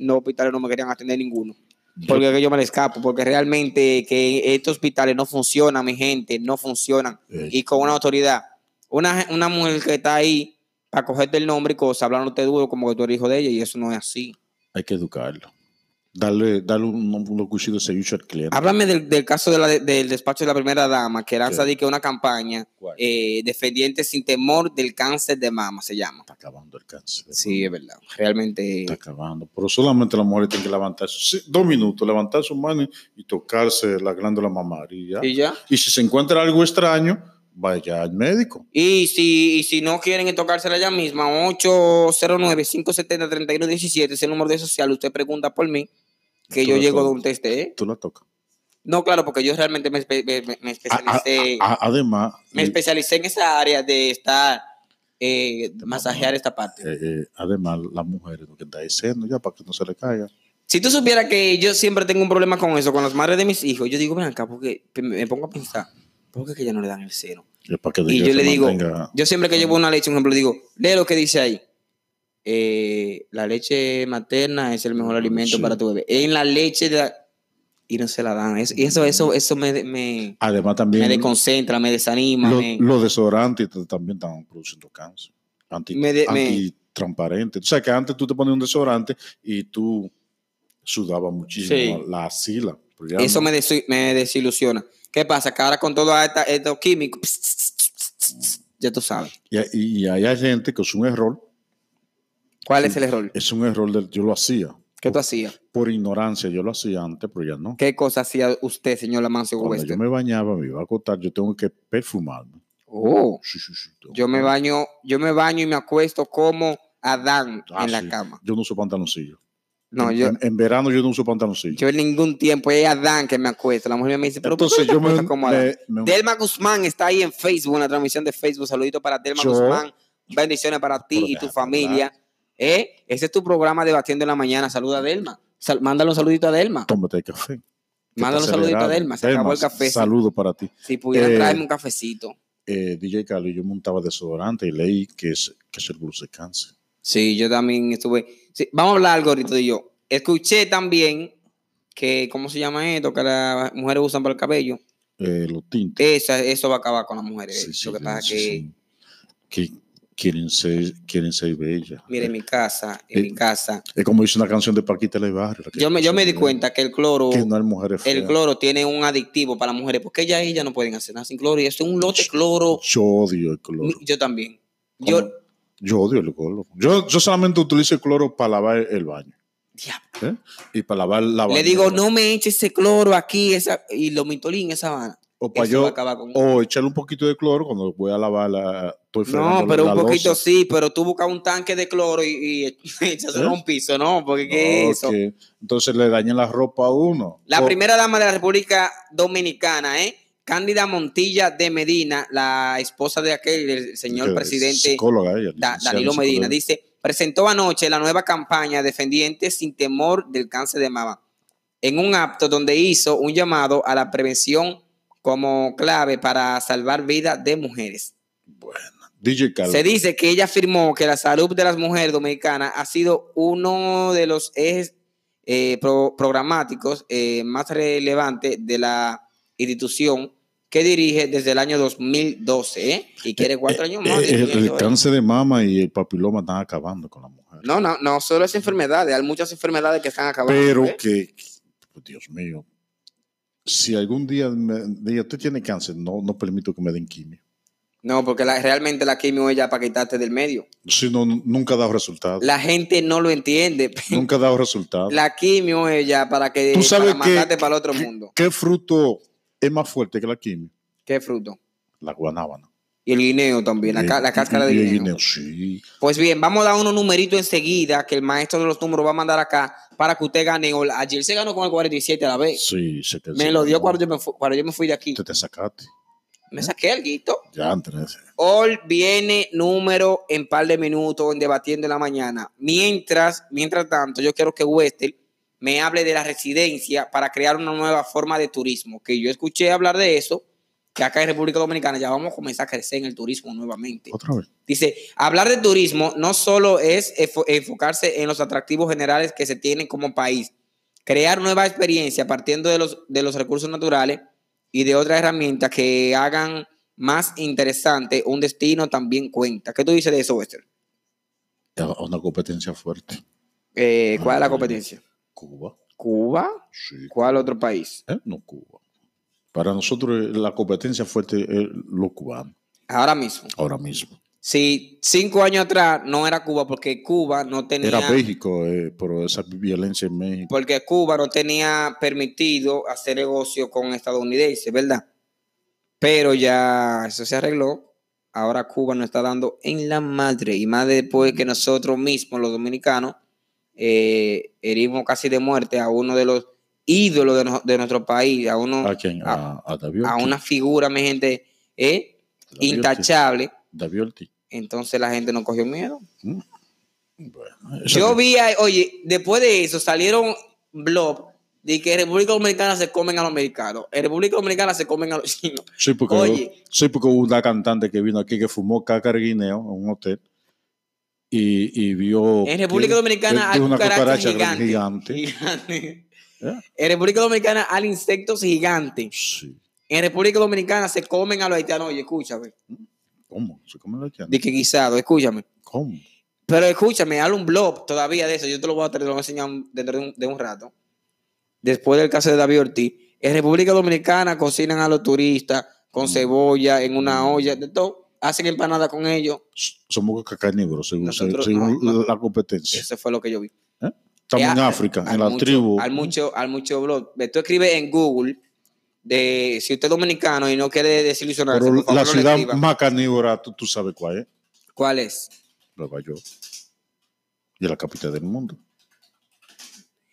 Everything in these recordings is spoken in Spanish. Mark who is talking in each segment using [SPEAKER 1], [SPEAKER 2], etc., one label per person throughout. [SPEAKER 1] los hospitales no me querían atender ninguno. Porque que yo me le escapo, porque realmente que estos hospitales no funcionan, mi gente, no funcionan.
[SPEAKER 2] Eh.
[SPEAKER 1] Y con una autoridad, una, una mujer que está ahí para cogerte el nombre y cosas, hablándote duro como que tú eres hijo de ella, y eso no es así.
[SPEAKER 2] Hay que educarlo. Darle, darle un, un cuchillo de ceviche al cliente.
[SPEAKER 1] Háblame del, del caso de la de- del despacho de la primera dama, que lanza
[SPEAKER 2] Sí.
[SPEAKER 1] de que una campaña
[SPEAKER 2] ¿Cuál?
[SPEAKER 1] eh, defendiente sin temor del cáncer de mama, se llama.
[SPEAKER 2] Está acabando el cáncer.
[SPEAKER 1] Sí, eh. es verdad. Realmente.
[SPEAKER 2] Está acabando. Pero solamente las mujeres tienen que levantar su- sí, dos minutos, levantar sus manos y tocarse la glándula mamaria.
[SPEAKER 1] ¿Y ya?
[SPEAKER 2] Y si se encuentra algo extraño, vaya al médico.
[SPEAKER 1] Y si, y si no quieren tocársela ella misma, 809-570-3117, ese número de social, usted pregunta por mí, que yo
[SPEAKER 2] Todo
[SPEAKER 1] llego
[SPEAKER 2] eso.
[SPEAKER 1] de un teste. ¿eh?
[SPEAKER 2] Tú la tocas.
[SPEAKER 1] No, claro, porque yo realmente me, espe- me- me- me
[SPEAKER 2] A- a-
[SPEAKER 1] especialicé,
[SPEAKER 2] a- a- además,
[SPEAKER 1] este me
[SPEAKER 2] eh,
[SPEAKER 1] especialicé en esa área de estar, eh, masajear esta parte.
[SPEAKER 2] eh, eh, además, las mujeres lo que está diciendo ya para que no se le caiga.
[SPEAKER 1] Si tú supieras que yo siempre tengo un problema con eso, con las madres de mis hijos, yo digo, ven acá, porque me pongo a pensar, ¿por qué es que ya no le dan el seno?
[SPEAKER 2] Es para que
[SPEAKER 1] Y yo
[SPEAKER 2] ella se
[SPEAKER 1] le digo,
[SPEAKER 2] mantenga-
[SPEAKER 1] yo siempre que llevo una leche, un ejemplo, digo, lee lo que dice ahí. Eh, la leche materna es el mejor alimento
[SPEAKER 2] Ah, Sí.
[SPEAKER 1] para tu bebé. En la leche de la- y no se la dan. Es- y eso, eso, eso me, me,
[SPEAKER 2] Además,
[SPEAKER 1] me
[SPEAKER 2] también
[SPEAKER 1] desconcentra, me desanima.
[SPEAKER 2] lo-
[SPEAKER 1] me-
[SPEAKER 2] los desodorantes t- también están produciendo cáncer. Anti,
[SPEAKER 1] Me de- me-
[SPEAKER 2] antitransparente. O sea, que antes tú te ponías un desodorante y tú sudabas muchísimo
[SPEAKER 1] Sí.
[SPEAKER 2] la axila. pero ya
[SPEAKER 1] eso
[SPEAKER 2] no.
[SPEAKER 1] me, desi- me desilusiona. ¿Qué pasa? Que ahora con todos esta- estos químicos, pss, pss, pss, pss, pss, ya tú sabes.
[SPEAKER 2] y, hay- y hay gente que es un error.
[SPEAKER 1] ¿Cuál es el error?
[SPEAKER 2] Es un error del yo lo hacía.
[SPEAKER 1] ¿Qué tú hacías?
[SPEAKER 2] Por ignorancia, yo lo hacía antes, pero ya no.
[SPEAKER 1] ¿Qué este? cosa hacía usted, señor Mancio
[SPEAKER 2] Cuando yo
[SPEAKER 1] Wester?
[SPEAKER 2] me bañaba, me iba a acostar, yo tengo que perfumarme.
[SPEAKER 1] Oh.
[SPEAKER 2] Sí, sí, sí, tengo
[SPEAKER 1] Yo me
[SPEAKER 2] que-
[SPEAKER 1] baño, yo me baño y me acuesto como Adán
[SPEAKER 2] Ah,
[SPEAKER 1] en la
[SPEAKER 2] sí.
[SPEAKER 1] cama.
[SPEAKER 2] Yo no uso pantaloncillo.
[SPEAKER 1] No,
[SPEAKER 2] en,
[SPEAKER 1] yo,
[SPEAKER 2] en- en verano yo no uso pantaloncillo.
[SPEAKER 1] yo en ningún tiempo es Adán que me acuesta. La mujer me dice, pero ¿por qué no
[SPEAKER 2] Entonces
[SPEAKER 1] te
[SPEAKER 2] yo me,
[SPEAKER 1] acuestas como Adán?
[SPEAKER 2] me- me-
[SPEAKER 1] Delma Guzmán está ahí en Facebook, en la transmisión de Facebook. Saludito para Delma
[SPEAKER 2] Yo-
[SPEAKER 1] Guzmán. Bendiciones para ti
[SPEAKER 2] Pero
[SPEAKER 1] y tu
[SPEAKER 2] déjame
[SPEAKER 1] familia. ¿Eh? Ese es tu programa Debatiendo en la Mañana. Saluda a Delma. Sal- mándale un saludito a Delma.
[SPEAKER 2] tómate el café. que
[SPEAKER 1] Mándale un
[SPEAKER 2] está
[SPEAKER 1] saludito a
[SPEAKER 2] acelerado.
[SPEAKER 1] Delma. Se acabó el
[SPEAKER 2] Delma,
[SPEAKER 1] café.
[SPEAKER 2] Saludo para ti.
[SPEAKER 1] Si pudieran
[SPEAKER 2] Eh,
[SPEAKER 1] traerme un cafecito.
[SPEAKER 2] Eh, DJ Carlos, yo montaba desodorante y leí que es que es el virus de cáncer.
[SPEAKER 1] Sí, yo también estuve. sí, vamos a hablar algo ahorita de yo. Escuché también que, ¿cómo se llama esto? Que las mujeres usan para el cabello.
[SPEAKER 2] Eh, los tintes.
[SPEAKER 1] Esa- eso va a acabar con las mujeres. eh,
[SPEAKER 2] Sí, sí,
[SPEAKER 1] Lo que pasa
[SPEAKER 2] sí,
[SPEAKER 1] que,
[SPEAKER 2] sí. Que quieren ser, quieren ser bellas.
[SPEAKER 1] mire, en mi casa, en
[SPEAKER 2] Eh,
[SPEAKER 1] mi casa,
[SPEAKER 2] Es como dice una canción de Paquita del Barrio. la que
[SPEAKER 1] yo me, yo me di
[SPEAKER 2] escucha,
[SPEAKER 1] cuenta que el cloro,
[SPEAKER 2] Que no hay mujeres feas.
[SPEAKER 1] el cloro tiene un adictivo para las mujeres, porque ellas, ellas no pueden hacer nada sin cloro. Y eso es un lote de cloro.
[SPEAKER 2] Yo odio el
[SPEAKER 1] Mi-
[SPEAKER 2] cloro.
[SPEAKER 1] Yo también.
[SPEAKER 2] ¿Cómo?
[SPEAKER 1] Yo,
[SPEAKER 2] Yo odio el cloro. Yo, yo solamente utilizo el cloro para lavar el baño.
[SPEAKER 1] diablo,
[SPEAKER 2] ¿eh? Y para lavar la
[SPEAKER 1] le
[SPEAKER 2] bañera.
[SPEAKER 1] digo, no me eche ese cloro aquí esa, y lo mitolín, esa vana.
[SPEAKER 2] O, para
[SPEAKER 1] Eso va a
[SPEAKER 2] yo,
[SPEAKER 1] acabar con
[SPEAKER 2] o echarle un poquito de cloro cuando voy a lavar la. Estoy
[SPEAKER 1] No,
[SPEAKER 2] fregando
[SPEAKER 1] pero
[SPEAKER 2] la
[SPEAKER 1] un poquito
[SPEAKER 2] loza.
[SPEAKER 1] sí, pero tú buscas un tanque de cloro y, y echas
[SPEAKER 2] ¿Eh?
[SPEAKER 1] un piso, ¿no? Porque ¿qué
[SPEAKER 2] No,
[SPEAKER 1] es eso?
[SPEAKER 2] que entonces le dañan la ropa a uno.
[SPEAKER 1] La
[SPEAKER 2] O-
[SPEAKER 1] primera dama de la República Dominicana, ¿eh? Cándida Montilla de Medina, la esposa de aquel, el señor
[SPEAKER 2] que es
[SPEAKER 1] presidente
[SPEAKER 2] Psicóloga eh, ella.
[SPEAKER 1] Da-
[SPEAKER 2] licenciada
[SPEAKER 1] Danilo
[SPEAKER 2] en psicología.
[SPEAKER 1] Medina, dice, presentó anoche la nueva campaña Defendiente sin temor del cáncer de mama, en un acto donde hizo un llamado a la prevención como clave para salvar vidas de mujeres.
[SPEAKER 2] DJ Carlos.
[SPEAKER 1] Se dice que ella afirmó que la salud de las mujeres dominicanas ha sido uno de los ejes eh, pro- programáticos eh, más relevantes de la institución que dirige desde el año 2012 ¿eh? y quiere cuatro
[SPEAKER 2] Eh,
[SPEAKER 1] años
[SPEAKER 2] eh,
[SPEAKER 1] más.
[SPEAKER 2] eh, el,
[SPEAKER 1] dirigiendo, ¿eh?
[SPEAKER 2] cáncer de mama y el papiloma están acabando con la mujer.
[SPEAKER 1] No, no, no solo es enfermedades, hay muchas enfermedades que están acabando.
[SPEAKER 2] pero
[SPEAKER 1] ¿eh?
[SPEAKER 2] que, pues, Dios mío, si algún día me diga, usted tiene cáncer, no, no permito que me den quimio.
[SPEAKER 1] No, porque la- realmente la quimio es ya para quitarte del medio.
[SPEAKER 2] Si no, nunca ha dado resultado.
[SPEAKER 1] La gente no lo entiende.
[SPEAKER 2] Nunca ha dado resultado.
[SPEAKER 1] La quimio es ya para que
[SPEAKER 2] Tú sabes
[SPEAKER 1] para
[SPEAKER 2] que-
[SPEAKER 1] mandarte para el otro
[SPEAKER 2] ¿Qué-
[SPEAKER 1] mundo.
[SPEAKER 2] ¿Qué fruto es más fuerte que la quimio?
[SPEAKER 1] ¿Qué fruto?
[SPEAKER 2] La guanábana.
[SPEAKER 1] Y el guineo también, la, ca- la
[SPEAKER 2] Y-
[SPEAKER 1] cáscara de
[SPEAKER 2] y- y el
[SPEAKER 1] guineo.
[SPEAKER 2] guineo, Sí.
[SPEAKER 1] Pues bien, vamos a dar unos numeritos enseguida que el maestro de los números va a mandar acá para que usted gane. O- Ayer se ganó con el 47 a la vez.
[SPEAKER 2] Sí, se te
[SPEAKER 1] Me lo dio
[SPEAKER 2] sacó.
[SPEAKER 1] cuando yo me, fu- cuando yo me fui de aquí.
[SPEAKER 2] Te, te sacaste.
[SPEAKER 1] Me saqué el guito.
[SPEAKER 2] Ya, Andrés.
[SPEAKER 1] Hoy viene número en par de minutos en debatiendo en la mañana. Mientras, mientras tanto, yo quiero que Wester me hable de la residencia para crear una nueva forma de turismo. Que yo escuché hablar de eso, que acá en República Dominicana ya vamos a comenzar a crecer en el turismo nuevamente.
[SPEAKER 2] Otra vez.
[SPEAKER 1] Dice, hablar de turismo no solo es enfo- enfocarse en los atractivos generales que se tienen como país, crear nueva experiencia partiendo de los, de los recursos naturales y de otras herramientas que hagan más interesante un destino también cuenta. ¿Qué tú dices de eso, Wester?
[SPEAKER 2] Ya, Una competencia fuerte.
[SPEAKER 1] Eh, ¿Cuál es la competencia?
[SPEAKER 2] Cuba.
[SPEAKER 1] ¿Cuba?
[SPEAKER 2] Sí.
[SPEAKER 1] ¿Cuál otro país?
[SPEAKER 2] Eh, No Cuba. Para nosotros eh, la competencia fuerte es los cubanos,
[SPEAKER 1] Ahora mismo.
[SPEAKER 2] ahora mismo.
[SPEAKER 1] Si cinco años atrás no era Cuba, porque Cuba no tenía...
[SPEAKER 2] Era México, eh, pero esa violencia en México.
[SPEAKER 1] porque Cuba no tenía permitido hacer negocio con estadounidenses, ¿verdad? Pero ya eso se arregló. Ahora Cuba nos está dando en la madre y más después que nosotros mismos, los dominicanos, eh, herimos casi de muerte a uno de los ídolos de, no- de nuestro país, a uno,
[SPEAKER 2] ¿A quién? A, a Daviotti.
[SPEAKER 1] a una figura, mi gente, eh,
[SPEAKER 2] Daviotti.
[SPEAKER 1] intachable.
[SPEAKER 2] Daviotti.
[SPEAKER 1] Entonces la gente no cogió miedo.
[SPEAKER 2] Bueno, esa
[SPEAKER 1] Yo
[SPEAKER 2] es-
[SPEAKER 1] vi, a- oye, después de eso salieron blogs de que en República Dominicana se comen a los mexicanos, en República Dominicana se comen a los chinos.
[SPEAKER 2] Sí, porque,
[SPEAKER 1] Oye.
[SPEAKER 2] sí, porque hubo una cantante que vino aquí que fumó caca de guineo en un hotel y, y vio.
[SPEAKER 1] En República
[SPEAKER 2] que-
[SPEAKER 1] Dominicana
[SPEAKER 2] que
[SPEAKER 1] hay
[SPEAKER 2] vio una
[SPEAKER 1] cucarachas
[SPEAKER 2] cucaracha
[SPEAKER 1] gigantes.
[SPEAKER 2] gigante.
[SPEAKER 1] Gigante.
[SPEAKER 2] ¿Eh?
[SPEAKER 1] En República Dominicana hay insectos gigantes.
[SPEAKER 2] Sí,
[SPEAKER 1] En República Dominicana se comen a los haitianos. Oye, escúchame.
[SPEAKER 2] ¿cómo? ¿Se come la llana?
[SPEAKER 1] De que guisado, escúchame.
[SPEAKER 2] ¿Cómo?
[SPEAKER 1] Pero escúchame, habla un blog todavía de eso. Yo te lo voy a, te lo voy a enseñar dentro de un, de un rato. Después del caso de David Ortiz. En República Dominicana cocinan a los turistas
[SPEAKER 2] Mm.
[SPEAKER 1] con cebolla, en una olla, de todo. Hacen empanadas con ellos.
[SPEAKER 2] S- Somos cacanívoros, según,
[SPEAKER 1] Nosotros
[SPEAKER 2] según
[SPEAKER 1] no, no.
[SPEAKER 2] la competencia.
[SPEAKER 1] Eso fue lo que yo vi.
[SPEAKER 2] Estamos en
[SPEAKER 1] Eh,
[SPEAKER 2] África,
[SPEAKER 1] hay
[SPEAKER 2] en la
[SPEAKER 1] mucho-
[SPEAKER 2] tribu.
[SPEAKER 1] Hay mucho, hay mucho blog. Tú escribes en Google de si usted es dominicano y no quiere desilusionarse,
[SPEAKER 2] Pero
[SPEAKER 1] por favor,
[SPEAKER 2] la
[SPEAKER 1] no le
[SPEAKER 2] ciudad
[SPEAKER 1] escriba.
[SPEAKER 2] más carnívora, tú, tú sabes cuál es,
[SPEAKER 1] ¿Cuál es?
[SPEAKER 2] Nueva York. Y es la capital del mundo.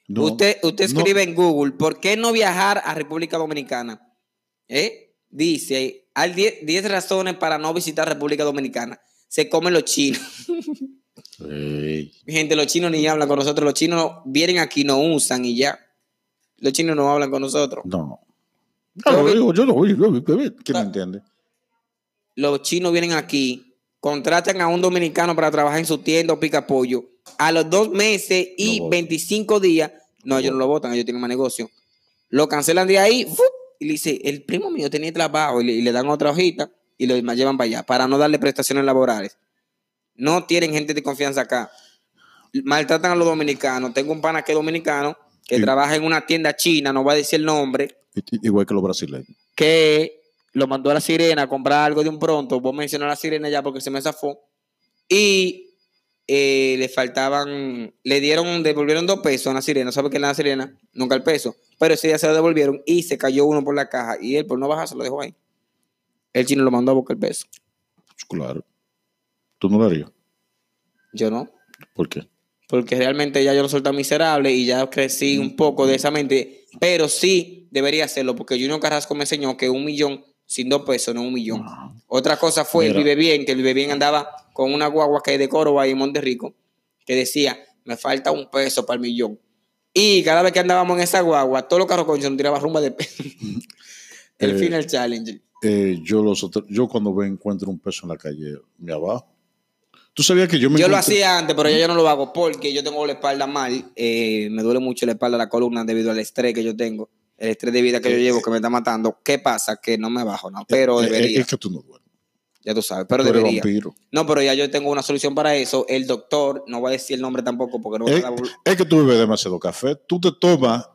[SPEAKER 2] No,
[SPEAKER 1] usted usted
[SPEAKER 2] no.
[SPEAKER 1] escribe en Google, ¿por qué no viajar a República Dominicana? ¿Eh? Dice, hay 10 10 razones para no visitar República Dominicana. Se comen los chinos.
[SPEAKER 2] Ey,
[SPEAKER 1] Mi Gente, los chinos ni hablan con nosotros. Los chinos vienen aquí, nos usan y ya. Los chinos no hablan con nosotros.
[SPEAKER 2] no.
[SPEAKER 1] Yo
[SPEAKER 2] Yo lo
[SPEAKER 1] vi-
[SPEAKER 2] digo, yo lo digo, yo lo digo, ¿Quién
[SPEAKER 1] Ah.
[SPEAKER 2] me entiende?
[SPEAKER 1] Los chinos vienen aquí, contratan a un dominicano para trabajar en su tienda o pica pollo. A los dos meses y
[SPEAKER 2] Lo votan.
[SPEAKER 1] 25 días, no, ellos no lo votan, ellos tienen más negocio. Lo cancelan de ahí ¡fu! y le dice, el primo mío tenía trabajo y le, y le dan otra hojita y lo llevan para allá para no darle prestaciones laborales. No tienen gente de confianza acá. Maltratan a los dominicanos. Tengo un pana que es dominicano que
[SPEAKER 2] Sí.
[SPEAKER 1] trabaja en una tienda china, no va a decir el nombre
[SPEAKER 2] I- i- Igual que los brasileños.
[SPEAKER 1] que lo mandó a la sirena a comprar algo de un pronto. Vos mencionar a la sirena ya porque se me zafó. Y eh, le faltaban, le dieron, devolvieron dos pesos a la sirena. ¿Sabe que es la sirena? Nunca el peso. Pero ese día se lo devolvieron y se cayó uno por la caja. Y él, por no bajar, se lo dejó ahí. El chino lo mandó a buscar el peso.
[SPEAKER 2] Pues Claro. ¿Tú no lo harías?
[SPEAKER 1] Yo no.
[SPEAKER 2] ¿Por qué?
[SPEAKER 1] Porque realmente ya yo no soy tan miserable y ya crecí
[SPEAKER 2] Mm.
[SPEAKER 1] un poco de esa mente. Pero sí debería hacerlo porque Junior Carrasco me enseñó que un millón sin dos pesos no es un millón. Otra cosa fue el
[SPEAKER 2] Mira.
[SPEAKER 1] Vive Bien, que el Vive Bien andaba con una guagua que es de Córdoba y en Monterrico, que decía, me falta un peso para el millón. Y cada vez que andábamos en esa guagua, todos los carros conchos nos tiraban rumba de peso. el
[SPEAKER 2] Mm. Eh.
[SPEAKER 1] final challenge.
[SPEAKER 2] Eh, yo, los otro- yo cuando ve- encuentro un peso en la calle, me abajo. ¿Tú sabías que yo me
[SPEAKER 1] Yo lo
[SPEAKER 2] encontré-
[SPEAKER 1] hacía antes, pero ya yo no lo hago porque yo tengo la espalda mal. eh, me duele mucho la espalda, la columna, debido al estrés que yo tengo. El estrés de vida que yo llevo que me está matando. ¿Qué pasa? Que no me bajo, ¿no? Pero
[SPEAKER 2] Eh, eh,
[SPEAKER 1] debería.
[SPEAKER 2] es que tú no duermes.
[SPEAKER 1] ya tú sabes, pero
[SPEAKER 2] tú eres
[SPEAKER 1] debería.
[SPEAKER 2] vampiro.
[SPEAKER 1] No, pero ya yo tengo una solución para eso. El doctor, no voy a decir el nombre tampoco porque no voy a
[SPEAKER 2] Es,
[SPEAKER 1] dar-
[SPEAKER 2] es que tú bebes demasiado café. Tú te tomas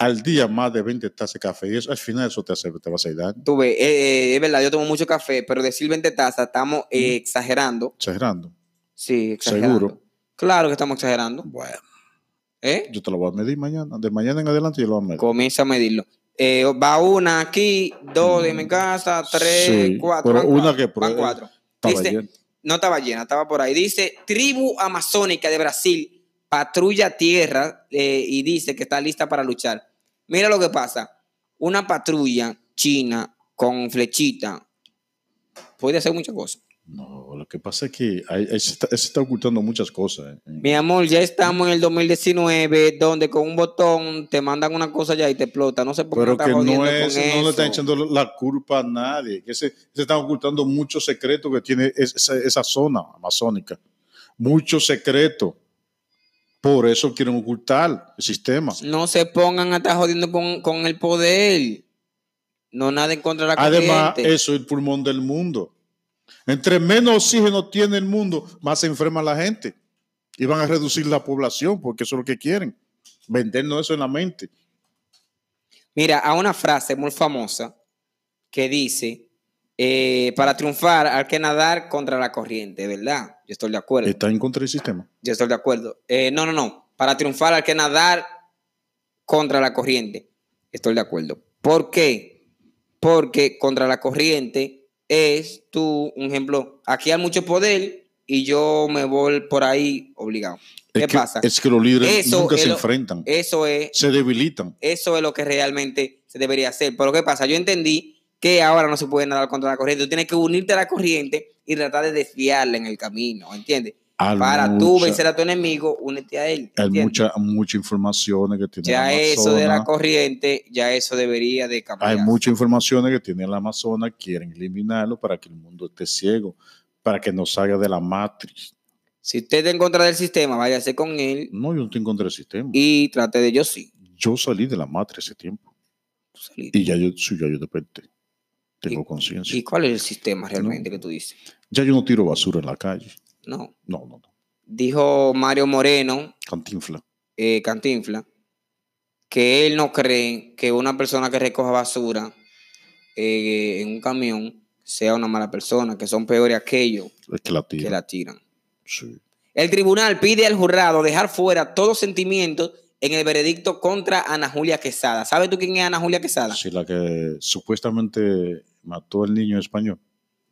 [SPEAKER 2] al día más de 20 tazas de café y eso, al final eso te hace, te vas a ir
[SPEAKER 1] Tú ves, eh, eh, es verdad, yo tomo mucho café, pero decir 20 tazas estamos eh, exagerando.
[SPEAKER 2] exagerando.
[SPEAKER 1] Sí, exagerando.
[SPEAKER 2] Seguro.
[SPEAKER 1] Claro que estamos exagerando.
[SPEAKER 2] Bueno,
[SPEAKER 1] ¿eh?
[SPEAKER 2] yo te lo voy a medir mañana. De mañana en adelante yo lo voy a medir.
[SPEAKER 1] Comienza a medirlo. Eh, va una aquí, dos de mi casa, tres,
[SPEAKER 2] Mm. Sí,
[SPEAKER 1] cuatro.
[SPEAKER 2] pero
[SPEAKER 1] van
[SPEAKER 2] una
[SPEAKER 1] cuatro,
[SPEAKER 2] que
[SPEAKER 1] van
[SPEAKER 2] pruebe-
[SPEAKER 1] cuatro.
[SPEAKER 2] Estaba
[SPEAKER 1] Dice,
[SPEAKER 2] lleno.
[SPEAKER 1] no estaba llena, estaba por ahí. Dice, tribu amazónica de Brasil patrulla tierra eh, y dice que está lista para luchar. Mira lo que pasa. Una patrulla china con flechita puede hacer muchas cosas.
[SPEAKER 2] No, lo que pasa es que ahí- ahí se, está, se está ocultando muchas cosas. eh.
[SPEAKER 1] Mi amor, ya estamos en el 2019, donde con un botón te mandan una cosa ya y te explota. No sé por qué
[SPEAKER 2] Pero
[SPEAKER 1] estás
[SPEAKER 2] que no,
[SPEAKER 1] jodiendo
[SPEAKER 2] es,
[SPEAKER 1] con
[SPEAKER 2] no le están
[SPEAKER 1] eso.
[SPEAKER 2] echando la culpa a nadie, que se, se están ocultando muchos secretos que tiene es- esa, esa zona amazónica. Muchos secretos. Por eso quieren ocultar el sistema.
[SPEAKER 1] No se pongan a estar jodiendo con, con el poder. No nada en contra de la
[SPEAKER 2] Además,
[SPEAKER 1] corriente.
[SPEAKER 2] eso es el pulmón del mundo. Entre menos oxígeno tiene el mundo, más se enferma la gente. Y van a reducir la población, porque eso es lo que quieren. Vendernos eso en la mente.
[SPEAKER 1] Mira, hay una frase muy famosa que dice, eh, para triunfar hay que nadar contra la corriente, ¿verdad? Yo estoy de acuerdo.
[SPEAKER 2] Está en contra del sistema.
[SPEAKER 1] Yo estoy de acuerdo. Eh, no, no, no. Para triunfar hay que nadar contra la corriente. Estoy de acuerdo. ¿Por qué? Porque contra la corriente es tú, un ejemplo, aquí hay mucho poder y yo me voy por ahí obligado. ¿Qué
[SPEAKER 2] es que,
[SPEAKER 1] pasa?
[SPEAKER 2] Es que los líderes
[SPEAKER 1] Eso
[SPEAKER 2] nunca
[SPEAKER 1] es
[SPEAKER 2] se
[SPEAKER 1] lo- eh,
[SPEAKER 2] enfrentan,
[SPEAKER 1] Eso es
[SPEAKER 2] se debilitan.
[SPEAKER 1] Eso es lo que realmente se debería hacer. Pero ¿qué pasa? Yo entendí que ahora no se puede nadar contra la corriente. Tú tienes que unirte a la corriente y tratar de desviarla en el camino, ¿entiendes?
[SPEAKER 2] Hay
[SPEAKER 1] Para tú
[SPEAKER 2] mucha-
[SPEAKER 1] vencer a tu enemigo, únete a él.
[SPEAKER 2] Hay
[SPEAKER 1] ¿entiendes?
[SPEAKER 2] mucha, mucha información que tiene
[SPEAKER 1] Ya
[SPEAKER 2] la
[SPEAKER 1] eso de la
[SPEAKER 2] Amazona.
[SPEAKER 1] corriente, ya eso debería de cambiar.
[SPEAKER 2] Hay mucha información que tiene la Amazona, quieren eliminarlo para que el mundo esté ciego, para que no salga de la matriz.
[SPEAKER 1] Si usted está en contra del sistema, váyase con él
[SPEAKER 2] No, yo no estoy en contra del sistema.
[SPEAKER 1] y trate de yo sí.
[SPEAKER 2] yo salí de la matriz hace tiempo
[SPEAKER 1] tú saliste.
[SPEAKER 2] y ya yo, sí, ya yo desperté. Tengo conciencia.
[SPEAKER 1] ¿Y cuál es el sistema realmente que tú dices?
[SPEAKER 2] Ya yo no tiro basura en la calle.
[SPEAKER 1] No.
[SPEAKER 2] No, no, no.
[SPEAKER 1] Dijo Mario Moreno,
[SPEAKER 2] Cantinfla.
[SPEAKER 1] eh, Cantinfla, que él no cree que una persona que recoja basura eh, en un camión sea una mala persona, que son peores aquellos
[SPEAKER 2] Es que la
[SPEAKER 1] que
[SPEAKER 2] tira.
[SPEAKER 1] la tiran.
[SPEAKER 2] Sí.
[SPEAKER 1] El tribunal pide al jurado dejar fuera todos sentimientos en el veredicto contra Ana Julia Quesada. ¿Sabes tú quién es Ana Julia Quesada?
[SPEAKER 2] Sí, la que supuestamente mató al niño español.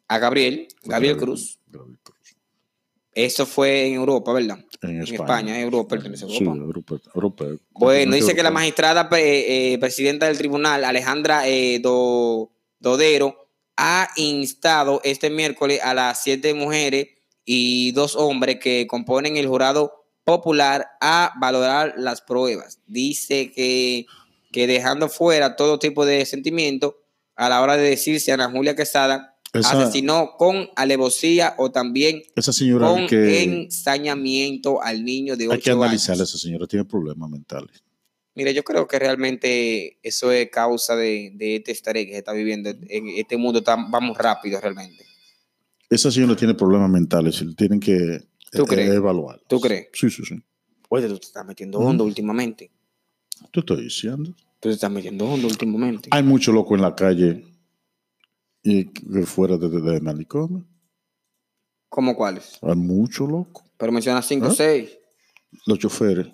[SPEAKER 1] A Gabriel,
[SPEAKER 2] Fue
[SPEAKER 1] Gabriel
[SPEAKER 2] Gabriel-
[SPEAKER 1] Cruz.
[SPEAKER 2] Gabriel Cruz.
[SPEAKER 1] Eso fue en Europa, ¿verdad?
[SPEAKER 2] En
[SPEAKER 1] España,
[SPEAKER 2] España.
[SPEAKER 1] Europa, pertenece a
[SPEAKER 2] Sí,
[SPEAKER 1] Europa.
[SPEAKER 2] Europa. Europa,
[SPEAKER 1] Bueno, dice que la
[SPEAKER 2] continente
[SPEAKER 1] magistrada pre- eh, presidenta del tribunal, Alejandra eh, Do- Dodero, ha instado este miércoles a las siete mujeres y dos hombres que componen el jurado popular a valorar las pruebas. Dice que, que dejando fuera todo tipo de sentimiento a la hora de decir si Ana Julia Quesada
[SPEAKER 2] Esa,
[SPEAKER 1] asesinó con alevosía o también
[SPEAKER 2] esa señora hay
[SPEAKER 1] con
[SPEAKER 2] que,
[SPEAKER 1] ensañamiento al niño de
[SPEAKER 2] hay que
[SPEAKER 1] ocho años.
[SPEAKER 2] analizarla. Esa señora tiene problemas mentales.
[SPEAKER 1] Mira, yo creo que realmente eso es causa de, de este estrés que se está viviendo. En este mundo tan- vamos rápido realmente.
[SPEAKER 2] Esa señora tiene problemas mentales. y Tienen que
[SPEAKER 1] ¿Tú
[SPEAKER 2] eh,
[SPEAKER 1] crees?
[SPEAKER 2] evaluarla.
[SPEAKER 1] ¿Tú crees?
[SPEAKER 2] Sí, sí, sí.
[SPEAKER 1] Oye, tú te estás metiendo
[SPEAKER 2] Mm.
[SPEAKER 1] hondo últimamente.
[SPEAKER 2] Te estoy diciendo.
[SPEAKER 1] Tú te estás metiendo hondo últimamente.
[SPEAKER 2] Hay mucho loco en la calle y que fuera de, de, de manicomio.
[SPEAKER 1] ¿Cómo cuáles?
[SPEAKER 2] Hay mucho loco.
[SPEAKER 1] Pero mencionas cinco o
[SPEAKER 2] ¿Ah?
[SPEAKER 1] seis.
[SPEAKER 2] Los choferes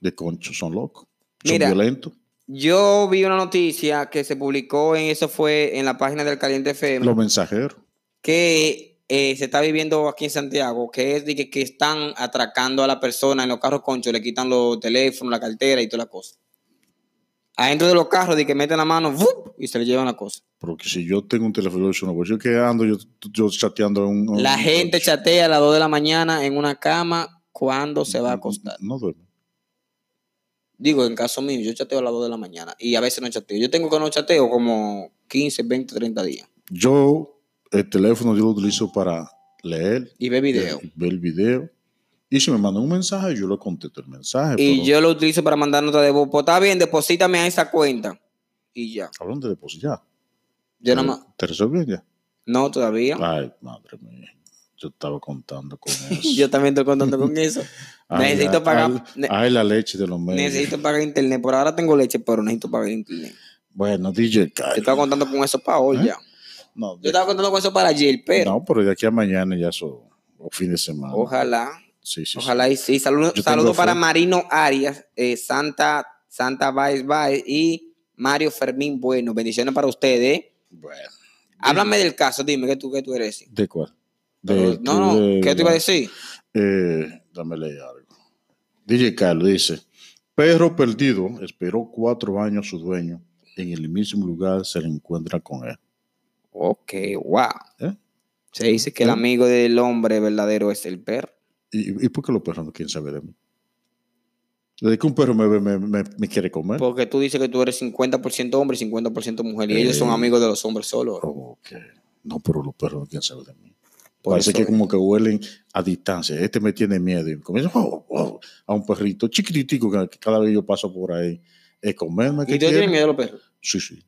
[SPEAKER 2] de concho son locos. Son
[SPEAKER 1] Mira.
[SPEAKER 2] violentos.
[SPEAKER 1] Yo vi una noticia que se publicó en eso fue en la página del Caliente FM
[SPEAKER 2] Los mensajeros.
[SPEAKER 1] que eh, se está viviendo aquí en Santiago, que es de que, que están atracando a la persona en los carros conchos, le quitan los teléfonos, la cartera y todas las cosas. Adentro de los carros, de que meten la mano ¡vup! y se le llevan la cosa.
[SPEAKER 2] Porque si yo tengo un teléfono, yo, no voy, yo que ando, yo, yo chateando en un.
[SPEAKER 1] La
[SPEAKER 2] un
[SPEAKER 1] gente
[SPEAKER 2] concho.
[SPEAKER 1] chatea a las 2 de la mañana en una cama cuando se va a acostar.
[SPEAKER 2] No duerme.
[SPEAKER 1] Digo, en caso mío, yo chateo a las 2 de la mañana y a veces no chateo. Yo tengo que no chateo como 15, 20, 30 días
[SPEAKER 2] Yo, el teléfono, yo lo utilizo para leer,
[SPEAKER 1] y ve video.
[SPEAKER 2] eh, ver video. Y si me mandan un mensaje, yo le contesto el mensaje.
[SPEAKER 1] Y
[SPEAKER 2] pero-
[SPEAKER 1] yo lo utilizo para mandar nota de voz. Pues, Está bien, deposítame a esa cuenta y ya.
[SPEAKER 2] Hablan de depositar. Eh,
[SPEAKER 1] Yo nada más.
[SPEAKER 2] ¿Te resolvieron ya?
[SPEAKER 1] No, todavía.
[SPEAKER 2] Ay, madre mía. Yo estaba contando con eso.
[SPEAKER 1] Yo también estoy contando con eso.
[SPEAKER 2] Ah,
[SPEAKER 1] necesito pagar-
[SPEAKER 2] Ay, ay, la leche de los medios.
[SPEAKER 1] necesito pagar internet. Por ahora tengo leche, pero necesito pagar internet.
[SPEAKER 2] Bueno, DJ
[SPEAKER 1] Yo
[SPEAKER 2] Kyle.
[SPEAKER 1] estaba contando con eso para hoy
[SPEAKER 2] ¿Eh?
[SPEAKER 1] ya.
[SPEAKER 2] No, de-
[SPEAKER 1] Yo estaba contando con eso para ayer, pero
[SPEAKER 2] no, pero de aquí a mañana ya eso. O fin de semana.
[SPEAKER 1] ojalá,
[SPEAKER 2] Sí, sí, sí.
[SPEAKER 1] ojalá y sí. Saludos
[SPEAKER 2] Yo tengo
[SPEAKER 1] saludo para
[SPEAKER 2] fe.
[SPEAKER 1] Marino Arias, eh, Santa, Santa Baez Baez y Mario Fermín Bueno. Bendiciones para ustedes. eh.
[SPEAKER 2] Bueno.
[SPEAKER 1] Háblame del caso, dime que tú, que tú eres.
[SPEAKER 2] ¿De cuál?
[SPEAKER 1] Pero-
[SPEAKER 2] De-
[SPEAKER 1] no, no,
[SPEAKER 2] de-
[SPEAKER 1] ¿qué te iba a decir?
[SPEAKER 2] Eh, dame leer algo. DJ Carlos dice: Perro perdido esperó cuatro años su dueño. En el mismo lugar se le encuentra con él.
[SPEAKER 1] Ok, wow.
[SPEAKER 2] ¿Eh?
[SPEAKER 1] Se dice que el amigo del hombre verdadero es el perro.
[SPEAKER 2] ¿Y, y por qué los perros no quieren saber de mí? Desde que un perro me, ve, me, me- me quiere comer.
[SPEAKER 1] Porque tú dices que tú eres 50% hombre y 50% mujer. Y ellos son
[SPEAKER 2] Eh. oh,
[SPEAKER 1] amigos de los hombres solo.
[SPEAKER 2] Como que, no, pero los perros no quieren saber de mí.
[SPEAKER 1] Por
[SPEAKER 2] Parece
[SPEAKER 1] eso
[SPEAKER 2] que
[SPEAKER 1] es.
[SPEAKER 2] como que huelen a distancia. Este me tiene miedo. Y comienza "Oh, oh", a un perrito chiquitico que que cada vez yo paso por ahí. Es comerme.
[SPEAKER 1] Y
[SPEAKER 2] ¿qué
[SPEAKER 1] tú
[SPEAKER 2] quiere?
[SPEAKER 1] tienes miedo a los perros.
[SPEAKER 2] Sí, sí.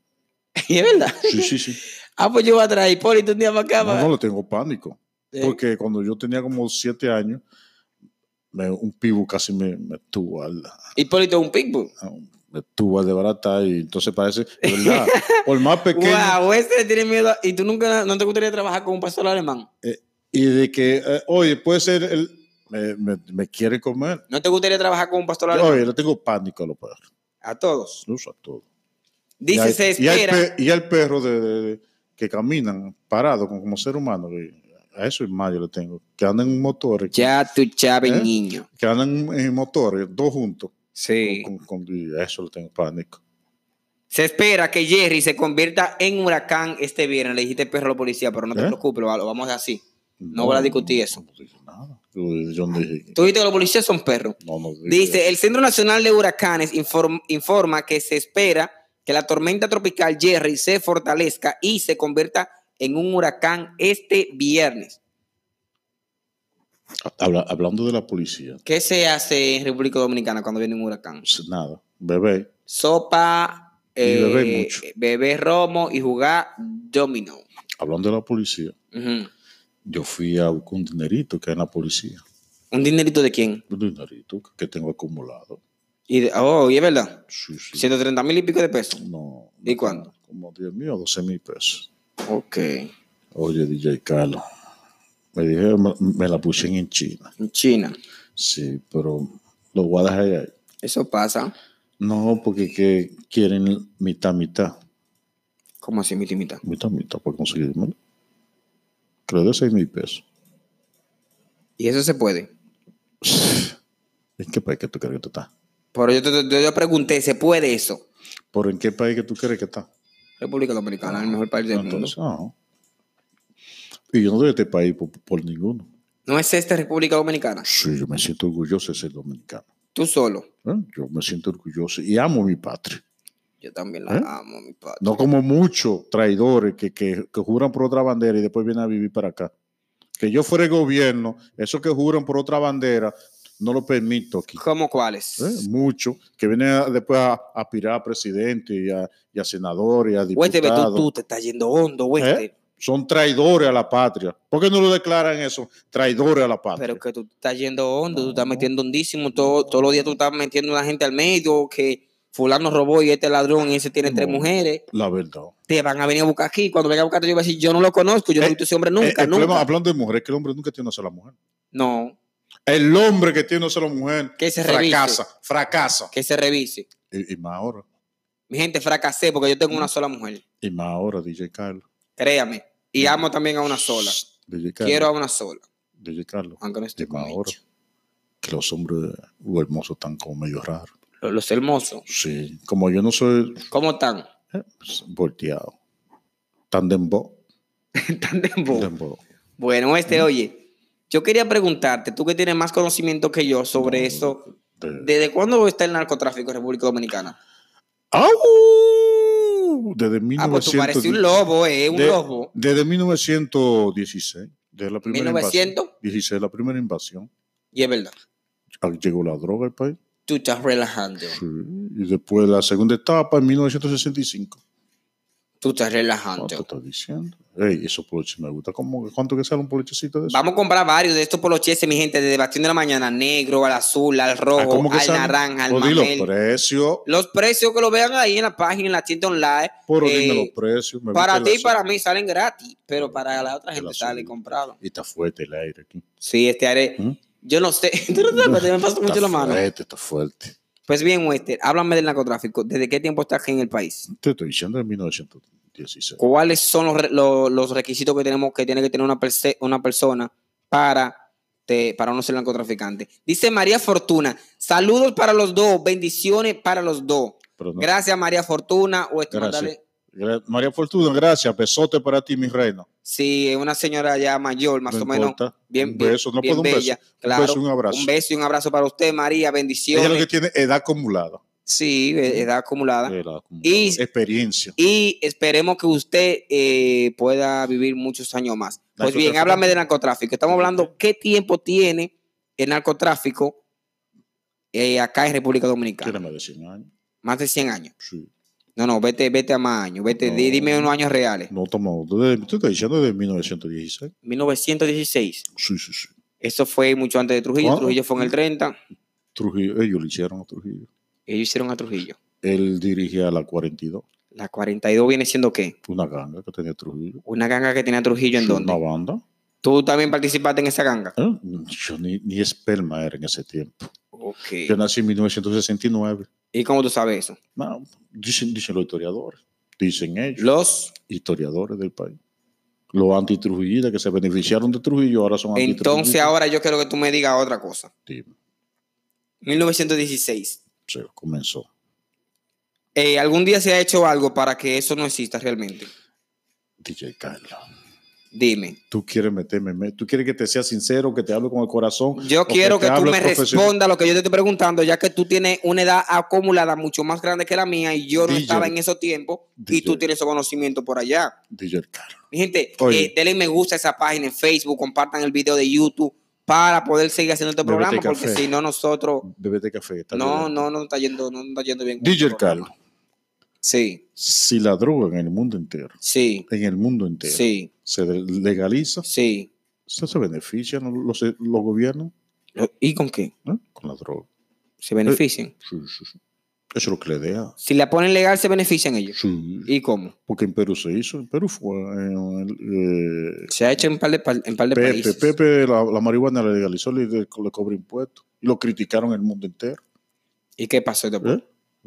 [SPEAKER 1] Y es verdad.
[SPEAKER 2] Sí, sí, sí.
[SPEAKER 1] Ah, pues yo voy a traer a Hipólito un día para acá.
[SPEAKER 2] No,
[SPEAKER 1] pa- Eh,
[SPEAKER 2] no le tengo pánico.
[SPEAKER 1] Sí.
[SPEAKER 2] Porque cuando yo tenía como siete años, me- un pibu casi me, me tuvo al,
[SPEAKER 1] Hipólito es un pitbull.
[SPEAKER 2] a un- me tuvo al de barata. Y entonces parece, de ¿verdad? Por más pequeño.
[SPEAKER 1] Wow, ese le tiene miedo. a- Y tú nunca, no te gustaría trabajar con un pastor alemán.
[SPEAKER 2] Y de que, eh, oye, puede ser, el, me, me- me quiere comer.
[SPEAKER 1] No te gustaría trabajar con un pastor alemán.
[SPEAKER 2] Oye, le tengo pánico a los perros.
[SPEAKER 1] A todos.
[SPEAKER 2] incluso a todos.
[SPEAKER 1] Dice,
[SPEAKER 2] hay-
[SPEAKER 1] se
[SPEAKER 2] hay
[SPEAKER 1] espera.
[SPEAKER 2] pe- y al perro de, de- de- que caminan parado como, como ser humano. que a eso es más yo le tengo. Que andan en motores.
[SPEAKER 1] Ya tu chave,
[SPEAKER 2] ¿Eh?
[SPEAKER 1] niño.
[SPEAKER 2] Que andan en motores, dos juntos.
[SPEAKER 1] Sí.
[SPEAKER 2] Con- con- y a eso le tengo pánico.
[SPEAKER 1] Se espera que Jerry se convierta en huracán este viernes. Le dijiste perro a la policía, pero no te
[SPEAKER 2] ¿Eh?
[SPEAKER 1] preocupes, lo lo vamos a hacer así. No voy a discutir eso.
[SPEAKER 2] No, dije nada. Yo, yo no dije.
[SPEAKER 1] Tú dijiste que los policías son perros.
[SPEAKER 2] No, no dije
[SPEAKER 1] Dice, el Centro Nacional de Huracanes inform- informa que se espera que la tormenta tropical Jerry se fortalezca y se convierta en un huracán este viernes.
[SPEAKER 2] eso. Habla- hablando de la policía,
[SPEAKER 1] ¿Qué se hace en República Dominicana cuando viene un huracán?
[SPEAKER 2] pues, nada. Bebé,
[SPEAKER 1] Sopa,
[SPEAKER 2] Y beber
[SPEAKER 1] eh,
[SPEAKER 2] mucho.
[SPEAKER 1] beber romo y jugar domino.
[SPEAKER 2] hablando de la policía,
[SPEAKER 1] Ujú.
[SPEAKER 2] yo fui a buscar un dinerito que hay en la policía.
[SPEAKER 1] ¿Un dinerito de quién?
[SPEAKER 2] Un dinerito que tengo acumulado.
[SPEAKER 1] Y de- oh, y es verdad.
[SPEAKER 2] Sí, sí.
[SPEAKER 1] 130 mil y pico de pesos.
[SPEAKER 2] No,
[SPEAKER 1] ¿Y cuánto?
[SPEAKER 2] Como 10 mil o 12 mil pesos.
[SPEAKER 1] Ok.
[SPEAKER 2] Oye, DJ Carlos, me dije, me, me la puse en China.
[SPEAKER 1] En China.
[SPEAKER 2] Sí, pero lo voy a dejar ahí.
[SPEAKER 1] Eso pasa.
[SPEAKER 2] No, porque que quieren mitad, mitad.
[SPEAKER 1] ¿Cómo así, miti, mitad?
[SPEAKER 2] Mitad, mitad para conseguirme. Creo de 6 mil pesos.
[SPEAKER 1] Y eso se puede.
[SPEAKER 2] ¿En qué país que tú crees que tú estás?
[SPEAKER 1] Pero yo, te, yo- yo pregunté, ¿se puede eso?
[SPEAKER 2] ¿Por en qué país que tú crees que estás?
[SPEAKER 1] República Dominicana, el mejor país del mundo.
[SPEAKER 2] Entonces, ah. Y yo no doy este país por, por ninguno.
[SPEAKER 1] ¿No es esta República Dominicana?
[SPEAKER 2] Sí, yo me siento orgulloso de ser dominicano.
[SPEAKER 1] Tú solo.
[SPEAKER 2] ¿eh? Yo me siento orgulloso y amo mi patria.
[SPEAKER 1] Yo también la
[SPEAKER 2] ¿Eh?
[SPEAKER 1] amo, mi padre.
[SPEAKER 2] No como muchos traidores que, que- que juran por otra bandera y después vienen a vivir para acá. Que yo fuera el gobierno, esos que juran por otra bandera, no lo permito aquí.
[SPEAKER 1] ¿Cómo cuáles?
[SPEAKER 2] ¿eh? Muchos que vienen a- después a a aspirar a presidente y a, y a senador y a
[SPEAKER 1] Güete, ve, tú, tú
[SPEAKER 2] diputado. ¿Eh?
[SPEAKER 1] te estás yendo hondo, güete.
[SPEAKER 2] Son traidores a la patria. ¿Por qué no lo declaran eso? Traidores a la patria.
[SPEAKER 1] Pero que tú te estás yendo hondo, tú estás
[SPEAKER 2] No.
[SPEAKER 1] metiendo hondísimo. Todo, todos los días tú estás metiendo a la gente al medio, que fulano robó y este ladrón y ese tiene tres
[SPEAKER 2] No.
[SPEAKER 1] mujeres.
[SPEAKER 2] la verdad.
[SPEAKER 1] Te van a venir a buscar aquí. Cuando venga a buscarte, yo voy a decir, yo no lo conozco, yo no he
[SPEAKER 2] Eh,
[SPEAKER 1] visto a ese hombre
[SPEAKER 2] Eh,
[SPEAKER 1] nunca, nunca.
[SPEAKER 2] el problema, hablando de mujeres, es que el hombre nunca tiene una sola mujer.
[SPEAKER 1] No,
[SPEAKER 2] El hombre que tiene una sola mujer
[SPEAKER 1] Que se revise.
[SPEAKER 2] fracasa, fracasa.
[SPEAKER 1] que se revise.
[SPEAKER 2] Y- y más ahora.
[SPEAKER 1] Mi gente, fracasé porque yo tengo
[SPEAKER 2] Mm.
[SPEAKER 1] una sola mujer.
[SPEAKER 2] Y más ahora, DJ Carlos.
[SPEAKER 1] Créame. Y
[SPEAKER 2] Mm.
[SPEAKER 1] amo también a una sola.
[SPEAKER 2] DJ Carlos.
[SPEAKER 1] Quiero a una sola.
[SPEAKER 2] DJ Carlos.
[SPEAKER 1] Aunque no esté
[SPEAKER 2] Dime
[SPEAKER 1] con
[SPEAKER 2] ahora.
[SPEAKER 1] ella.
[SPEAKER 2] Que los hombres uh, hermosos están como medio raros.
[SPEAKER 1] Lo- Los hermosos.
[SPEAKER 2] Sí. Como yo no soy
[SPEAKER 1] ¿Cómo están?
[SPEAKER 2] eh, pues, volteado. Tan dembow.
[SPEAKER 1] Están de bo-
[SPEAKER 2] dembow.
[SPEAKER 1] Bueno, este, oye, yo quería preguntarte, tú que tienes más conocimiento que yo sobre
[SPEAKER 2] No,
[SPEAKER 1] eso,
[SPEAKER 2] Ah, de-
[SPEAKER 1] ¿desde cuándo está el narcotráfico en República Dominicana?
[SPEAKER 2] ¡Au! Desde
[SPEAKER 1] Ah, pues tú
[SPEAKER 2] 1900
[SPEAKER 1] pareces un lobo, ¿eh? Un
[SPEAKER 2] de-
[SPEAKER 1] lobo.
[SPEAKER 2] Desde 1916. Desde la primera invasión.
[SPEAKER 1] 1900,
[SPEAKER 2] 16, la primera invasión.
[SPEAKER 1] y es verdad.
[SPEAKER 2] Ah, Llegó la droga al país.
[SPEAKER 1] Tú estás relajando.
[SPEAKER 2] Sí. Y después la segunda etapa en 1965.
[SPEAKER 1] Tú estás
[SPEAKER 2] No Ah, te
[SPEAKER 1] relajando.
[SPEAKER 2] estoy diciendo. Ey, esos poliches me gusta. ¿Cómo, ¿Cuánto que sale un polichecito de eso?
[SPEAKER 1] Vamos a comprar varios de estos poloches, mi gente, desde Bastión de la Mañana, negro, al azul, al
[SPEAKER 2] Ah,
[SPEAKER 1] rojo,
[SPEAKER 2] ¿cómo que
[SPEAKER 1] al
[SPEAKER 2] sale?
[SPEAKER 1] naranja, al
[SPEAKER 2] Pues di
[SPEAKER 1] mamel.
[SPEAKER 2] los precios.
[SPEAKER 1] Los precios que lo vean ahí en la página, en la tienda online.
[SPEAKER 2] Pero
[SPEAKER 1] eh,
[SPEAKER 2] dime los precios. pues, me gusta
[SPEAKER 1] para
[SPEAKER 2] el
[SPEAKER 1] ti y
[SPEAKER 2] azul.
[SPEAKER 1] para mí salen gratis,
[SPEAKER 2] Mm,
[SPEAKER 1] pero para la otra
[SPEAKER 2] El
[SPEAKER 1] gente
[SPEAKER 2] azul.
[SPEAKER 1] sale comprado.
[SPEAKER 2] Y está fuerte el aire aquí.
[SPEAKER 1] Sí, este haré.
[SPEAKER 2] ¿Mm?
[SPEAKER 1] Yo no sé. Tú no te das cuenta, me paso mucho
[SPEAKER 2] está
[SPEAKER 1] la mano.
[SPEAKER 2] fuerte, está fuerte.
[SPEAKER 1] Pues bien, Wester, háblame del narcotráfico. ¿Desde qué tiempo estás aquí en el país?
[SPEAKER 2] Te estoy diciendo en 1916.
[SPEAKER 1] ¿Cuáles son los, re- lo- los requisitos que tenemos que tiene que tener una, perse- una persona para, te- para no ser narcotraficante? Dice María Fortuna, saludos para los dos, bendiciones para los dos.
[SPEAKER 2] Pero no,
[SPEAKER 1] Gracias, María Fortuna. Wester,
[SPEAKER 2] Gracias.
[SPEAKER 1] mándale-
[SPEAKER 2] Gra- María Fortuna, gracias. Besote para ti, mi reina.
[SPEAKER 1] Sí, es una señora ya mayor, más
[SPEAKER 2] No
[SPEAKER 1] o menos.
[SPEAKER 2] importa.
[SPEAKER 1] Bien,
[SPEAKER 2] Un
[SPEAKER 1] bien-
[SPEAKER 2] beso, no
[SPEAKER 1] bien
[SPEAKER 2] puedo un beso.
[SPEAKER 1] bella.
[SPEAKER 2] Un
[SPEAKER 1] Claro.
[SPEAKER 2] beso y un abrazo.
[SPEAKER 1] Un beso y un abrazo para usted, María.
[SPEAKER 2] Ella
[SPEAKER 1] Bendiciones.
[SPEAKER 2] es lo que tiene edad acumulada.
[SPEAKER 1] Sí, eh, edad acumulada.
[SPEAKER 2] Edad acumulada.
[SPEAKER 1] Y-
[SPEAKER 2] Experiencia.
[SPEAKER 1] Y esperemos que usted eh, pueda vivir muchos años más. Pues bien,
[SPEAKER 2] Narcotráfico.
[SPEAKER 1] háblame de narcotráfico. Estamos hablando qué tiempo tiene el narcotráfico eh, acá en República
[SPEAKER 2] Tiene
[SPEAKER 1] Dominicana.
[SPEAKER 2] más de 100 años.
[SPEAKER 1] Más de 100 años.
[SPEAKER 2] Sí.
[SPEAKER 1] No, no, vete, vete a más años. Vete, di-
[SPEAKER 2] No.
[SPEAKER 1] dime unos años reales.
[SPEAKER 2] No estamos. desde- Tú estás diciendo desde 1916.
[SPEAKER 1] 1916.
[SPEAKER 2] Sí, sí, sí.
[SPEAKER 1] Eso fue mucho antes de Trujillo.
[SPEAKER 2] ¿Cuándo?
[SPEAKER 1] Trujillo fue en el 30.
[SPEAKER 2] Trujillo, ellos le hicieron a Trujillo.
[SPEAKER 1] Ellos hicieron a Trujillo.
[SPEAKER 2] Él dirigía la 42,
[SPEAKER 1] La 42 viene siendo qué?
[SPEAKER 2] una ganga que tenía Trujillo.
[SPEAKER 1] Una ganga que tenía Trujillo en
[SPEAKER 2] Sí, Una
[SPEAKER 1] donde.
[SPEAKER 2] banda.
[SPEAKER 1] Tú también participaste en esa ganga.
[SPEAKER 2] ¿Eh? Yo ni, ni esperma era en ese tiempo.
[SPEAKER 1] Ok.
[SPEAKER 2] Yo nací en 1969.
[SPEAKER 1] ¿Y cómo tú sabes eso?
[SPEAKER 2] No, dicen, dicen los historiadores. Dicen ellos,
[SPEAKER 1] Los.
[SPEAKER 2] historiadores del país. Los antitrujillistas que se beneficiaron de Trujillo ahora son
[SPEAKER 1] Entonces ahora yo quiero que tú me digas otra cosa.
[SPEAKER 2] antitrujillistas. Sí,
[SPEAKER 1] 1916.
[SPEAKER 2] Se comenzó.
[SPEAKER 1] Eh, ¿Algún día se ha hecho algo para que eso no exista realmente?
[SPEAKER 2] DJ Carlos,
[SPEAKER 1] Dime.
[SPEAKER 2] tú quieres meterme, en me- tú quieres que te sea sincero, que te hable con el corazón.
[SPEAKER 1] Yo
[SPEAKER 2] o
[SPEAKER 1] quiero
[SPEAKER 2] te
[SPEAKER 1] que, tú
[SPEAKER 2] hable
[SPEAKER 1] me
[SPEAKER 2] profesional?
[SPEAKER 1] respondas lo que yo te estoy preguntando, ya que tú tienes una edad acumulada mucho más grande que la mía y yo no
[SPEAKER 2] DJ.
[SPEAKER 1] estaba en esos tiempos y
[SPEAKER 2] DJ.
[SPEAKER 1] tú tienes esos conocimientos por allá.
[SPEAKER 2] DJ Carlos.
[SPEAKER 1] Mi gente,
[SPEAKER 2] Oye.
[SPEAKER 1] eh, denle me gusta a esa página en Facebook, compartan el video de YouTube para poder seguir haciendo este
[SPEAKER 2] Bebete
[SPEAKER 1] programa, porque
[SPEAKER 2] café.
[SPEAKER 1] si no, nosotros.
[SPEAKER 2] Bebete café. está
[SPEAKER 1] No,
[SPEAKER 2] bien.
[SPEAKER 1] no, no está yendo, no está yendo bien. con
[SPEAKER 2] DJ
[SPEAKER 1] este programa.
[SPEAKER 2] Carlos,
[SPEAKER 1] Sí,
[SPEAKER 2] si la droga en el mundo entero,
[SPEAKER 1] sí,
[SPEAKER 2] en el mundo entero,
[SPEAKER 1] sí,
[SPEAKER 2] se de- legaliza,
[SPEAKER 1] sí.
[SPEAKER 2] se, se benefician los, los gobiernos
[SPEAKER 1] Lo- ¿Y con qué?
[SPEAKER 2] ¿eh? con la droga.
[SPEAKER 1] Se benefician.
[SPEAKER 2] Sí, sí, sí. Eso es lo que le deja.
[SPEAKER 1] Si la ponen legal, se benefician ellos.
[SPEAKER 2] Sí.
[SPEAKER 1] ¿Y cómo?
[SPEAKER 2] Porque en Perú se hizo, en Perú fue. En el, eh,
[SPEAKER 1] Se ha hecho en par de, pa- en par de
[SPEAKER 2] Pepe,
[SPEAKER 1] países.
[SPEAKER 2] Pepe la, la marihuana la legalizó, le, le cobró impuestos. Y lo criticaron el mundo entero.
[SPEAKER 1] ¿Y qué pasó después?
[SPEAKER 2] ¿eh?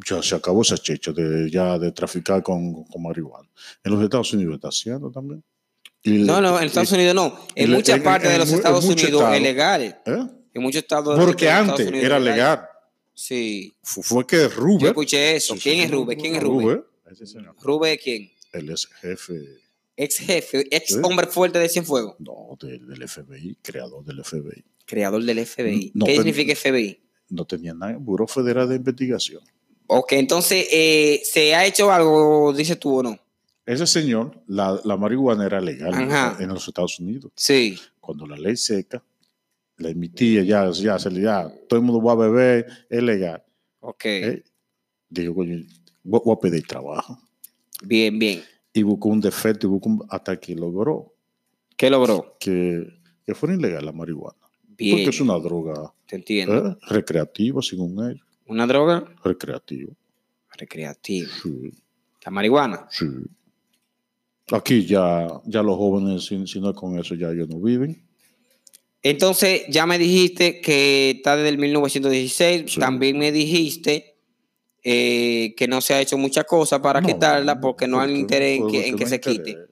[SPEAKER 2] Ya se acabó esa checha de, ya de traficar con, con marihuana. En los Estados Unidos está haciendo también. Y le-
[SPEAKER 1] No, no, en Estados
[SPEAKER 2] y-
[SPEAKER 1] Unidos no. En
[SPEAKER 2] le-
[SPEAKER 1] muchas
[SPEAKER 2] Eh, en-
[SPEAKER 1] partes
[SPEAKER 2] en
[SPEAKER 1] de los
[SPEAKER 2] mu- en
[SPEAKER 1] Estados
[SPEAKER 2] muchos
[SPEAKER 1] Unidos es
[SPEAKER 2] estados.
[SPEAKER 1] legal.
[SPEAKER 2] ¿eh?
[SPEAKER 1] En muchos estados. de los
[SPEAKER 2] Porque
[SPEAKER 1] Estados
[SPEAKER 2] antes
[SPEAKER 1] Unidos es
[SPEAKER 2] era legal.
[SPEAKER 1] Sí.
[SPEAKER 2] Fu- Fue que Rubén.
[SPEAKER 1] Yo escuché eso. ¿Quién es Rubén? ¿Quién es Rubén? Rubén es quién?
[SPEAKER 2] Él es jefe
[SPEAKER 1] Ex jefe, ex
[SPEAKER 2] ¿Eh?
[SPEAKER 1] hombre fuerte de Cienfuegos.
[SPEAKER 2] no, del- del FBI, creador del FBI.
[SPEAKER 1] Creador del FBI.
[SPEAKER 2] Mm, No,
[SPEAKER 1] ¿Qué
[SPEAKER 2] pero-
[SPEAKER 1] significa FBI?
[SPEAKER 2] no tenía nada, Buró Federal de Investigación.
[SPEAKER 1] Ok, entonces, eh, ¿se ha hecho algo, dices tú o no?
[SPEAKER 2] Ese señor, la, la marihuana era legal en
[SPEAKER 1] Ajá.
[SPEAKER 2] los- en los Estados Unidos.
[SPEAKER 1] Sí.
[SPEAKER 2] Cuando la ley seca, la emitía, ya, ya, se le- ya, todo el mundo va a beber, es legal.
[SPEAKER 1] Ok.
[SPEAKER 2] ¿eh? Digo, coño, voy, voy a pedir trabajo.
[SPEAKER 1] Bien, bien.
[SPEAKER 2] Y buscó un defecto, y buscó un- hasta que logró
[SPEAKER 1] ¿Qué logró?
[SPEAKER 2] que, que fuera ilegal la marihuana.
[SPEAKER 1] Bien.
[SPEAKER 2] Porque es una droga
[SPEAKER 1] Te entiendo.
[SPEAKER 2] ¿eh? recreativa, según él,
[SPEAKER 1] ¿Una droga?
[SPEAKER 2] recreativa.
[SPEAKER 1] Recreativa.
[SPEAKER 2] Sí.
[SPEAKER 1] La marihuana.
[SPEAKER 2] Sí. Aquí ya, ya los jóvenes, si, si no es con eso, ya ellos no viven.
[SPEAKER 1] Entonces, ya me dijiste que está desde el 1916.
[SPEAKER 2] Sí.
[SPEAKER 1] También me dijiste eh, que no se ha hecho mucha cosa para
[SPEAKER 2] No,
[SPEAKER 1] quitarla porque no hay
[SPEAKER 2] porque-
[SPEAKER 1] interés en que,
[SPEAKER 2] porque
[SPEAKER 1] en
[SPEAKER 2] no
[SPEAKER 1] que
[SPEAKER 2] hay
[SPEAKER 1] se quite.
[SPEAKER 2] interés.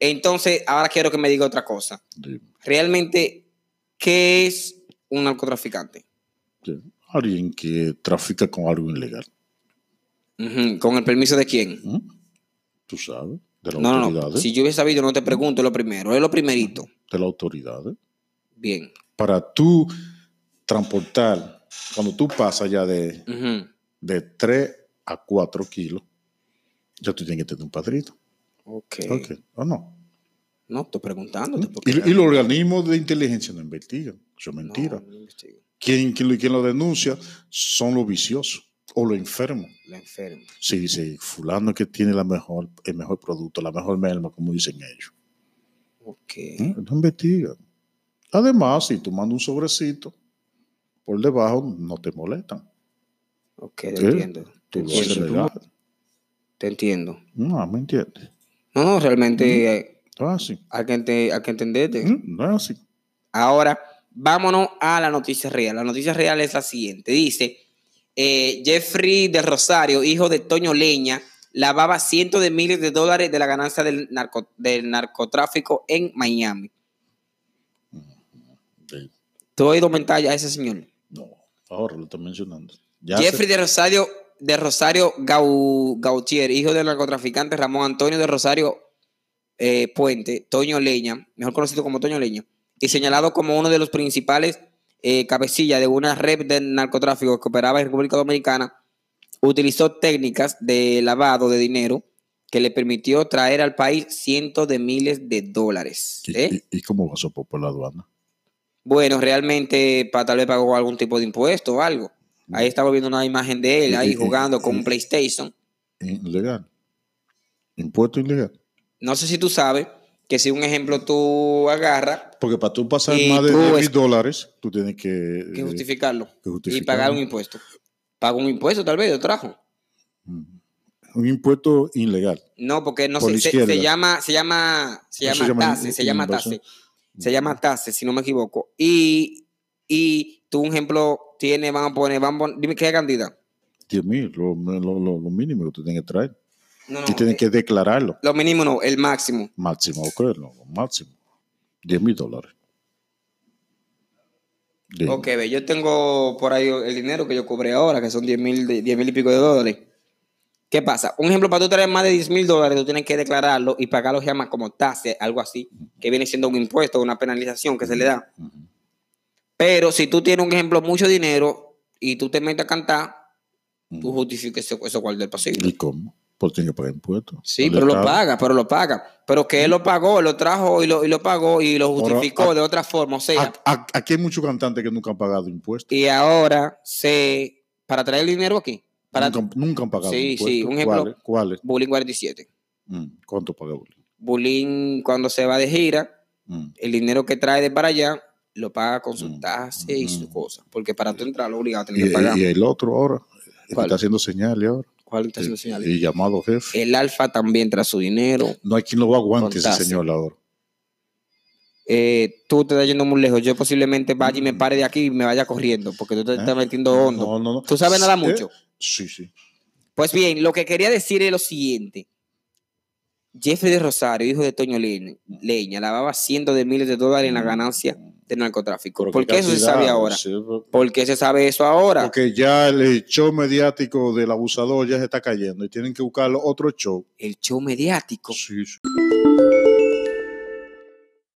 [SPEAKER 1] Entonces, ahora quiero que me diga otra cosa.
[SPEAKER 2] Sí,
[SPEAKER 1] Realmente, ¿qué es un narcotraficante?
[SPEAKER 2] sí. Alguien que trafica con algo ilegal.
[SPEAKER 1] Ujú, ¿Con el permiso de quién?
[SPEAKER 2] ¿eh? Tú sabes, de las
[SPEAKER 1] No, no, no.
[SPEAKER 2] autoridades.
[SPEAKER 1] Si yo hubiese sabido, no te pregunto lo primero. Es lo primerito.
[SPEAKER 2] De las autoridades.
[SPEAKER 1] Bien.
[SPEAKER 2] Para tú transportar, cuando tú pasas ya de,
[SPEAKER 1] Ujú.
[SPEAKER 2] de 3 a 4 kilos, ya tú tienes que tener un padrito.
[SPEAKER 1] Ok.
[SPEAKER 2] Ok, ¿o no? ¿Mm?
[SPEAKER 1] No, estoy preguntándote. porque
[SPEAKER 2] Y, y los organismos de inteligencia no investigan. Eso es
[SPEAKER 1] no,
[SPEAKER 2] mentira.
[SPEAKER 1] no investigo.
[SPEAKER 2] quien, quien, lo- quien lo denuncia son los viciosos o los enfermos.
[SPEAKER 1] La enferma.
[SPEAKER 2] Si dice fulano que tiene la mejor, el mejor producto, la mejor merma, como dicen ellos.
[SPEAKER 1] Ok.
[SPEAKER 2] ¿Eh? No investigan. Además, si tú mandas un sobrecito por debajo, no te molestan.
[SPEAKER 1] Ok, te
[SPEAKER 2] ¿Qué?
[SPEAKER 1] entiendo. Te
[SPEAKER 2] Tú lo haces
[SPEAKER 1] entiendo.
[SPEAKER 2] legal.
[SPEAKER 1] Te entiendo.
[SPEAKER 2] No, ¿me entiendes?
[SPEAKER 1] No, no, realmente
[SPEAKER 2] ¿Mm?
[SPEAKER 1] eh,
[SPEAKER 2] No es así.
[SPEAKER 1] hay, que ente- hay que entenderte.
[SPEAKER 2] ¿Mm? No es así.
[SPEAKER 1] Ahora, vámonos a la noticia real. La noticia real es la siguiente. Dice, eh, Jeffrey de Rosario, hijo de Toño Leña, lavaba cientos de miles de dólares de la ganancia del, narco- del narcotráfico en Miami.
[SPEAKER 2] Sí.
[SPEAKER 1] Te voy a documentar a ese señor.
[SPEAKER 2] No, ahora lo estoy mencionando. Ya
[SPEAKER 1] Jeffrey de Rosario de Rosario Gau- Gautier, hijo del narcotraficante Ramón Antonio de Rosario eh, Puente, Toño Leña, mejor conocido como Toño Leña, y señalado como uno de los principales eh, cabecillas de una red de narcotráfico que operaba en República Dominicana, utilizó técnicas de lavado de dinero que le permitió traer al país cientos de miles de dólares.
[SPEAKER 2] ¿Y,
[SPEAKER 1] ¿eh?
[SPEAKER 2] y- y cómo pasó por, por la aduana?
[SPEAKER 1] Bueno, realmente pa- tal vez pagó algún tipo de impuesto o algo. Ahí estaba viendo una imagen de él ahí
[SPEAKER 2] Eh, eh,
[SPEAKER 1] jugando
[SPEAKER 2] eh,
[SPEAKER 1] con un
[SPEAKER 2] eh.
[SPEAKER 1] PlayStation.
[SPEAKER 2] Ilegal. Impuesto ilegal.
[SPEAKER 1] No sé si tú sabes que si un ejemplo tú agarras,
[SPEAKER 2] Porque para tú pasar
[SPEAKER 1] Y
[SPEAKER 2] más de
[SPEAKER 1] tú
[SPEAKER 2] 10
[SPEAKER 1] es-
[SPEAKER 2] mil dólares, tú tienes que,
[SPEAKER 1] que
[SPEAKER 2] eh,
[SPEAKER 1] justificarlo
[SPEAKER 2] que
[SPEAKER 1] y
[SPEAKER 2] justificar,
[SPEAKER 1] pagar
[SPEAKER 2] ¿no?
[SPEAKER 1] un impuesto. Pagó un impuesto tal vez, lo trajo.
[SPEAKER 2] Mm. Un impuesto ilegal.
[SPEAKER 1] No, porque no
[SPEAKER 2] Por
[SPEAKER 1] sé,
[SPEAKER 2] la
[SPEAKER 1] se,
[SPEAKER 2] izquierda.
[SPEAKER 1] se llama, se llama, se
[SPEAKER 2] Eso
[SPEAKER 1] llama
[SPEAKER 2] llaman
[SPEAKER 1] TASE, se
[SPEAKER 2] in-
[SPEAKER 1] llama
[SPEAKER 2] inversión.
[SPEAKER 1] TASE, se llama TASE, si no me equivoco. Y, y tú un ejemplo tiene, van a poner, van a poner, dime qué cantidad.
[SPEAKER 2] 10 mil, lo, lo- lo- lo mínimo que tú tienes que traer.
[SPEAKER 1] No,
[SPEAKER 2] y
[SPEAKER 1] no,
[SPEAKER 2] tienes
[SPEAKER 1] eh,
[SPEAKER 2] que declararlo.
[SPEAKER 1] Lo mínimo no, el máximo.
[SPEAKER 2] Máximo, creo, no, máximo. 10 mil dólares. De-
[SPEAKER 1] Ok, ve, yo tengo por ahí el dinero que yo cobré ahora, que son 10 mil de- 10 mil y pico de dólares. ¿Qué pasa? Un ejemplo, para tú traer más de 10 mil dólares, tú tienes que declararlo y pagarlo, se llama como tasa, algo así, que viene siendo un impuesto, una penalización que se le da.
[SPEAKER 2] Ujú.
[SPEAKER 1] Pero si tú tienes, un ejemplo, mucho dinero y tú te metes a cantar, tú
[SPEAKER 2] Ujú.
[SPEAKER 1] justificas eso, eso cual del
[SPEAKER 2] ¿Y
[SPEAKER 1] posible.
[SPEAKER 2] cómo? Porque tiene que pagar impuestos.
[SPEAKER 1] Sí,
[SPEAKER 2] Al
[SPEAKER 1] pero lo
[SPEAKER 2] Estado.
[SPEAKER 1] paga, pero lo paga. Pero que él lo pagó, lo trajo y lo, y lo pagó y lo
[SPEAKER 2] Ahora,
[SPEAKER 1] justificó
[SPEAKER 2] ah,
[SPEAKER 1] de otra forma. O sea,
[SPEAKER 2] A- a- Aquí hay muchos cantantes que nunca han pagado impuestos.
[SPEAKER 1] y ahora se. Para traer el dinero aquí, para
[SPEAKER 2] Nunca, nunca han pagado
[SPEAKER 1] Sí, sí,
[SPEAKER 2] impuestos.
[SPEAKER 1] un ejemplo.
[SPEAKER 2] ¿Cuáles? ¿Cuáles?
[SPEAKER 1] Bulín 47.
[SPEAKER 2] Mm, ¿Cuánto paga Bulín?
[SPEAKER 1] Bulín, cuando se va de gira,
[SPEAKER 2] Mm,
[SPEAKER 1] el dinero que trae de para allá lo paga con su
[SPEAKER 2] Mm,
[SPEAKER 1] tasa y sus
[SPEAKER 2] mm.
[SPEAKER 1] cosas. Porque para tú entrar, lo obligado a
[SPEAKER 2] Y,
[SPEAKER 1] tener que pagar.
[SPEAKER 2] y el otro ahora, el que
[SPEAKER 1] ¿Cuál?
[SPEAKER 2] está haciendo señales ahora.
[SPEAKER 1] ¿Cuál está haciendo
[SPEAKER 2] el-
[SPEAKER 1] señales?
[SPEAKER 2] el llamado jefe.
[SPEAKER 1] El Alfa también trae su dinero.
[SPEAKER 2] no hay quien lo aguante ese
[SPEAKER 1] Fantástico.
[SPEAKER 2] señor ahora.
[SPEAKER 1] Eh, tú te estás yendo muy lejos. Yo posiblemente vaya y me pare de aquí y me vaya corriendo. Porque tú te
[SPEAKER 2] ¿Eh?
[SPEAKER 1] estás metiendo hondo.
[SPEAKER 2] No, Eh. no, no.
[SPEAKER 1] Tú sabes nada
[SPEAKER 2] Sí,
[SPEAKER 1] mucho.
[SPEAKER 2] Sí, sí.
[SPEAKER 1] Pues bien, lo que quería decir es lo siguiente. Jeffrey de Rosario, hijo de Toño Leña,
[SPEAKER 2] Mm.
[SPEAKER 1] Leña, lavaba cientos de miles de dólares en la ganancia del narcotráfico.
[SPEAKER 2] Pero
[SPEAKER 1] ¿Por qué eso se
[SPEAKER 2] cantidad,
[SPEAKER 1] sabe ahora?
[SPEAKER 2] sí, pero-
[SPEAKER 1] ¿Por qué se sabe eso ahora?
[SPEAKER 2] Porque ya el show mediático del abusador ya se está cayendo y tienen que buscar otro show.
[SPEAKER 1] El show mediático.
[SPEAKER 2] Sí, sí.